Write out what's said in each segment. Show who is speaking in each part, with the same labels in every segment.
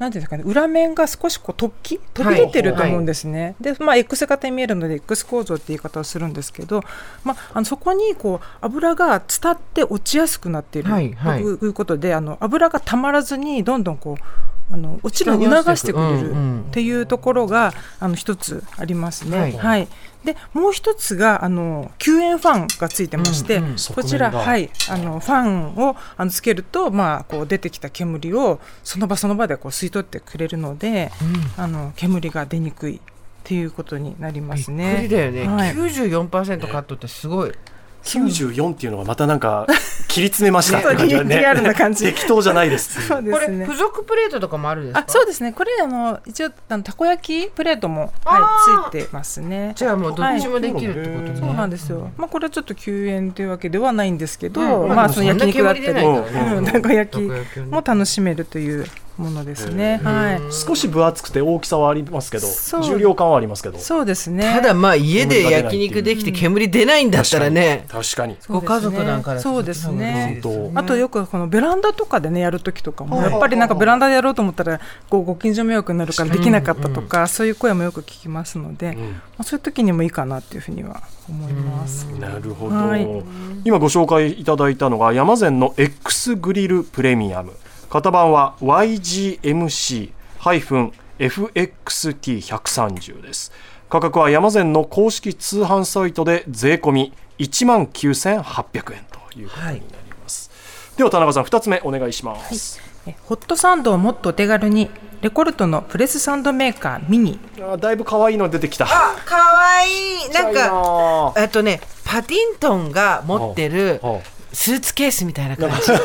Speaker 1: なんていうんですかね裏面が少しこう突起飛び出てると思うんですね、で、まあ、X 型に見えるので X 構造って言い方をするんですけど、まあ、あのそこにこう油が伝って落ちやすくなっている、
Speaker 2: はいはい
Speaker 1: ということであの油がたまらずにどんどんこうあの落ちるのを促してく
Speaker 2: うん
Speaker 1: れる
Speaker 2: うん
Speaker 1: っていうところがあの一つありますね。
Speaker 2: はい
Speaker 1: はい、でもう一つがあの救援ファンがついてまして、
Speaker 2: うんうん
Speaker 1: こちら、
Speaker 3: 側面が
Speaker 1: はい、あのファンをあのつけると、まあ、こう出てきた煙をその場その場でこう吸い取ってくれるので、あの煙が出にくいっていうことになりま
Speaker 2: びっ
Speaker 1: す
Speaker 2: く
Speaker 1: ね。
Speaker 2: りだよね、
Speaker 1: はい
Speaker 2: 94%カットってすごい
Speaker 3: 94っていうのがまたなんか切り詰めましたって感じだね
Speaker 1: リアルな感じ
Speaker 3: 適当じゃないです
Speaker 1: そうで
Speaker 2: これ
Speaker 1: すね
Speaker 2: 付。属プレートとかもあるんですか
Speaker 1: あ、そうですね。これあの一応あのたこ焼きプレートもは
Speaker 2: あー
Speaker 1: いついてますね。
Speaker 2: じゃあもうどっちもできるってこと
Speaker 3: はい
Speaker 2: ね
Speaker 1: そうなんですよ。まあこれはちょっと休園というわけではないんですけど、
Speaker 2: うん
Speaker 1: まあその焼肉だった
Speaker 2: そんな煙
Speaker 1: り
Speaker 2: 出ないからね
Speaker 1: うんたこ焼き
Speaker 2: たこ焼きはね
Speaker 1: も楽しめるというものですね。はい。
Speaker 3: 少し分厚くて大きさはありますけど
Speaker 1: そう
Speaker 3: 重量感はありますけど
Speaker 1: そうですね。
Speaker 2: ただまあ家で焼肉できて煙出ないんだったらね
Speaker 3: 確かに
Speaker 2: ご家族なんかだと
Speaker 1: そうですね。
Speaker 3: 本当
Speaker 1: あとよくこのベランダとかでねやるときとかもやっぱりなんかベランダでやろうと思ったらこうご近所迷惑になるからできなかったとかそういう声もよく聞きますので、
Speaker 3: ん
Speaker 1: まあそういう時にもいいかなっていうふうには思います。
Speaker 3: なるほど、
Speaker 1: はい
Speaker 3: 今ご紹介いただいたのが山善の X グリルプレミアム型番は YGMC-FXT130 です価格は山善の公式通販サイトで税込み1万9800円ということになります、では田中さん2つ目お願いします、
Speaker 1: えホットサンドをもっとお手軽にレコルトのプレスサンドメーカーミニ
Speaker 3: あーだいぶ可愛いの出てきた
Speaker 2: かわいいなん
Speaker 3: 可愛いな
Speaker 2: か
Speaker 3: あ
Speaker 2: えっとねパティントンが持ってる
Speaker 3: は
Speaker 2: スーツケースみたいな感じア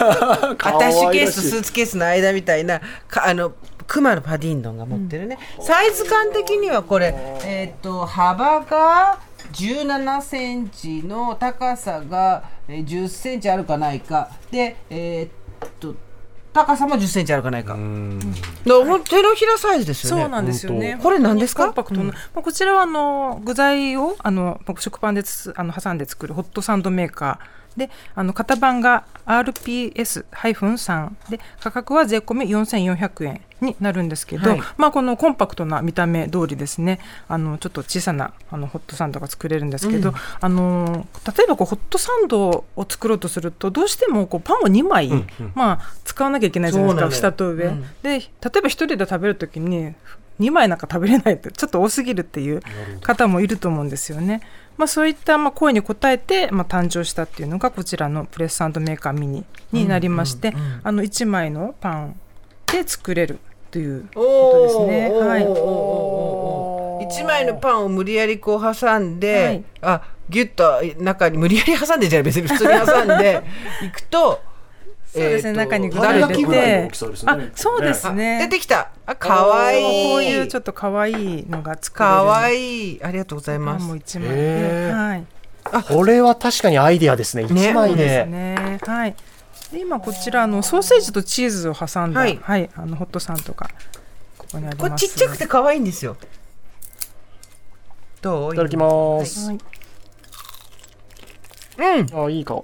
Speaker 3: 可
Speaker 2: タッシュ
Speaker 3: 愛
Speaker 2: ケー
Speaker 3: ら
Speaker 2: スと
Speaker 3: しい
Speaker 2: スーツケースの間みたいなかあのクマのパディンドンが持ってるね、サイズ感的にはこれ、えー、と幅が1 7センチの高さが1 0センチあるかないかでえーっと高さも1 0センチあるかないかだからほん手のひらサイズですよね
Speaker 1: そうなんですよね。
Speaker 3: 本
Speaker 2: これ何ですか
Speaker 1: コンパクトなまあこちらはあの具材をあのまあ食パンでつつあの挟んで作るホットサンドメーカーであの型番が RPS-3 で価格は税込み4400円になるんですけど、
Speaker 2: はい
Speaker 1: まあこのコンパクトな見た目通りですねあのちょっと小さなあのホットサンドが作れるんですけど、あの例えばこうホットサンドを作ろうとするとどうしてもこうパンを2枚、まあ、使わなきゃいけないじゃない
Speaker 2: そ
Speaker 1: です
Speaker 2: うな
Speaker 1: か
Speaker 2: のよ
Speaker 1: 下と上、で例えば一人で食べるときに2枚なんか食べれないってちょっと多すぎるっていう方もいると思うんですよね。まあ、そういったまあ声に応えてまあ誕生したっていうのがこちらのプレスサンドメーカーミニになりまして、あの1枚のパンで作れるということですね。
Speaker 2: おー
Speaker 1: は
Speaker 2: お
Speaker 1: い
Speaker 2: ーおーおーおー1枚のパンを無理やりこう挟んで、
Speaker 1: はい
Speaker 2: あギュッと中に無理やり挟んでじゃない別に普通に挟ん でいくと
Speaker 1: そうですね、
Speaker 2: えーと
Speaker 1: 中に具
Speaker 3: 誰
Speaker 1: 材
Speaker 3: が
Speaker 1: 入れ
Speaker 3: 気分の大
Speaker 1: て
Speaker 3: きさですね
Speaker 1: あそうですね
Speaker 2: あ出てきたあかわいい
Speaker 1: こういうちょっと可愛いのが作れる
Speaker 2: かわ
Speaker 1: い
Speaker 2: いいありがとうござい
Speaker 1: パ
Speaker 2: ま
Speaker 1: ン
Speaker 2: す
Speaker 1: も1枚
Speaker 3: へ
Speaker 1: で、
Speaker 3: ー
Speaker 1: はい、
Speaker 3: これは確かにアイディアですね
Speaker 2: ね
Speaker 3: 1枚
Speaker 1: で
Speaker 3: です
Speaker 1: ね。はい。で今こちらあのソーセージとチーズを挟んだ、
Speaker 2: は
Speaker 1: はいい、あのホットサンドがここにあります。
Speaker 2: これちっちゃくてかわいいんですよどう
Speaker 3: いただきます、
Speaker 1: はい。
Speaker 2: うん
Speaker 3: あいい顔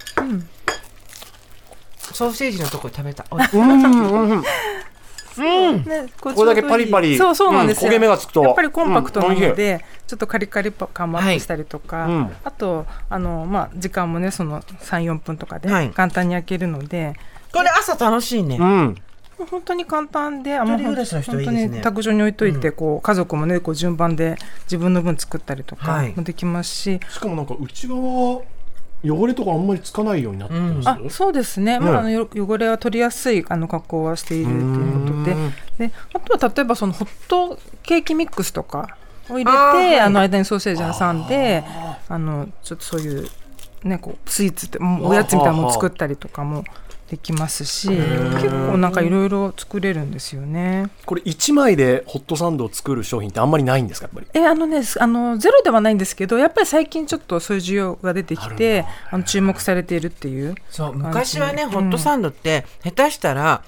Speaker 2: ソーセージのとこ食べた お
Speaker 1: ねこ
Speaker 3: これだけパリパリ
Speaker 1: そうそうなんですよ、
Speaker 3: うん焦げ目がつくと
Speaker 1: やっぱりコンパクトなの
Speaker 3: うん美
Speaker 1: で、ちょっとカリカリ感もアップしたりとか、
Speaker 3: はいうん
Speaker 1: あとあのまあ時間もねその三四分とかで
Speaker 2: はい
Speaker 1: 簡単に焼けるので、
Speaker 2: これ朝楽しいね
Speaker 3: うん
Speaker 1: もう本当に簡単で、あ
Speaker 2: 一人暮らしの人はいいですね
Speaker 1: 本当に卓上に置いといて、こう家族もねこう順番で自分の分作ったりと
Speaker 2: は
Speaker 1: か
Speaker 2: い
Speaker 1: もできますし、
Speaker 3: しかもなんか内側汚れとかあんまりつかないようになってま
Speaker 1: あ
Speaker 3: す、
Speaker 1: そうですね、まあ、あ
Speaker 3: ね
Speaker 1: のよ汚れは取りやすいあの加工はしているということでであとは例えばそのホットケーキミックスとかを入れて
Speaker 2: あ
Speaker 1: あ、
Speaker 2: ーはい
Speaker 1: の間にソーセージ挟んであのちょっとそういう、ね、こうスイーツってもうおやつみたいなのも作ったりとかもできますし結構なんかいろいろ作れるんですよね。
Speaker 3: これ1枚でホットサンドを作る商品ってあんまりないんですかやっぱり
Speaker 1: えあのねすあのゼロではないんですけどやっぱり最近ちょっとそういう需要が出てきてあの注目されているっていう
Speaker 2: そう
Speaker 1: じ
Speaker 2: 昔はね、
Speaker 1: うん
Speaker 2: ホットサンドって下手したら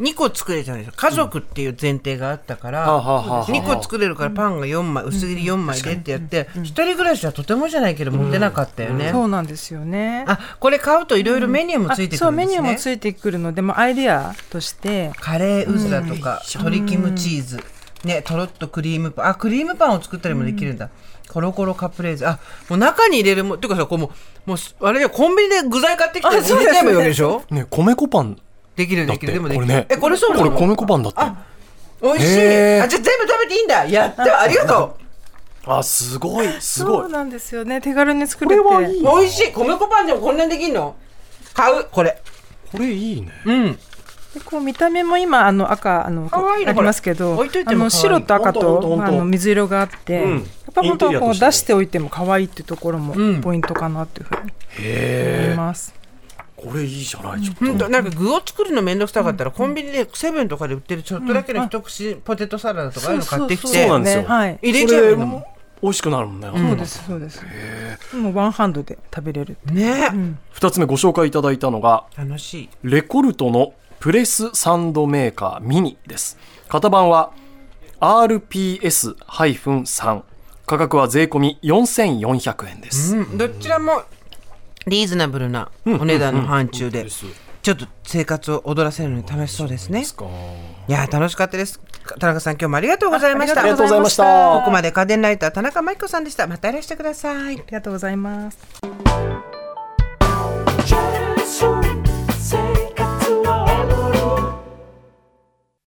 Speaker 2: 2個作れちゃうんですよ家族っていう前提があったから、
Speaker 3: はあはあはあはあ
Speaker 2: 2個作れるからパンが4枚、薄切り4枚でってやって、一人暮らしはとてもじゃないけど持ってなかったよね、
Speaker 1: そうなんですよね。
Speaker 2: あこれ買うといろいろメニューもついてく
Speaker 1: あそ
Speaker 2: る
Speaker 1: うん
Speaker 2: です
Speaker 1: メ
Speaker 2: ね、
Speaker 1: ニューもついてくるので、まあ、アイデアとして
Speaker 2: カレーうずらとか、鶏キムチーズねとろっとクリームパンあクリームパンを作ったりもできるんだ、コロコロカプレーゼあもう中に入れるもんていうかさこうもうもうあれだよコンビニで具材買ってきて
Speaker 1: あそう
Speaker 2: 入れ
Speaker 1: ですね
Speaker 2: ちゃえばいいわけでしょ
Speaker 3: ね米粉パン
Speaker 2: できる
Speaker 3: だ
Speaker 2: で
Speaker 3: っ
Speaker 2: きる
Speaker 3: て
Speaker 2: でもでき
Speaker 3: こ
Speaker 2: る
Speaker 3: れね
Speaker 2: えこれそうな
Speaker 3: これ
Speaker 2: の
Speaker 3: 米粉パンだってあ
Speaker 2: 美味し
Speaker 3: へ
Speaker 2: い
Speaker 3: ー
Speaker 2: あじゃあ全部食べていいんだやったありがと
Speaker 3: すごいす
Speaker 1: そ
Speaker 3: ご
Speaker 1: う
Speaker 3: い
Speaker 1: なんですよね手軽に作れて
Speaker 2: う美味しい米粉パンでもこんなにできんの買うこれ
Speaker 3: これいいね
Speaker 2: うん
Speaker 1: でこう見た目も今あの赤あの
Speaker 2: かわいいね
Speaker 1: ありますけど
Speaker 2: これ置いといて
Speaker 1: あ
Speaker 2: も
Speaker 1: の
Speaker 2: かわいい
Speaker 1: 白と赤
Speaker 3: ほんとほんとほ
Speaker 1: と
Speaker 3: んと
Speaker 1: まああの水色があって、
Speaker 3: うん
Speaker 1: やっぱ本当は
Speaker 3: イ
Speaker 1: こ
Speaker 3: ンテリアとして
Speaker 1: う出しておいても可愛いっていうところも
Speaker 2: うん
Speaker 1: ポイントかなというふうに思います。
Speaker 3: これいいじゃないちょっと
Speaker 2: 本当なんか具を作るの面倒くさかったら、コンビニでセブンとかで売ってるちょっとだけの一口ポテトサラダとかああいうの買ってき
Speaker 3: そう
Speaker 2: て
Speaker 3: そうなんですよ
Speaker 1: はい。
Speaker 2: 入れ
Speaker 3: そ
Speaker 2: ちゃ
Speaker 3: れ
Speaker 2: うの
Speaker 3: 美味しくなるもんね、
Speaker 1: そうですそうです。もうワンハンドで食べれる。
Speaker 2: ね、
Speaker 3: 2つ目ご紹介いただいたのが
Speaker 2: 楽しい
Speaker 3: レコルトのプレスサンドメーカーミニです型番は RPS-3 価格は税込み4400円です、
Speaker 2: うん、どちらもリーズナブルなお値段の範疇で、ちょっと生活を踊らせるのに楽しそうですね。いやー楽しかったです。田中さん今日もありがとうございました。
Speaker 3: ありがとうございました
Speaker 2: ここまで家電ライター田中真紀子さんでした。またいらしてください。
Speaker 1: ありがとうございます。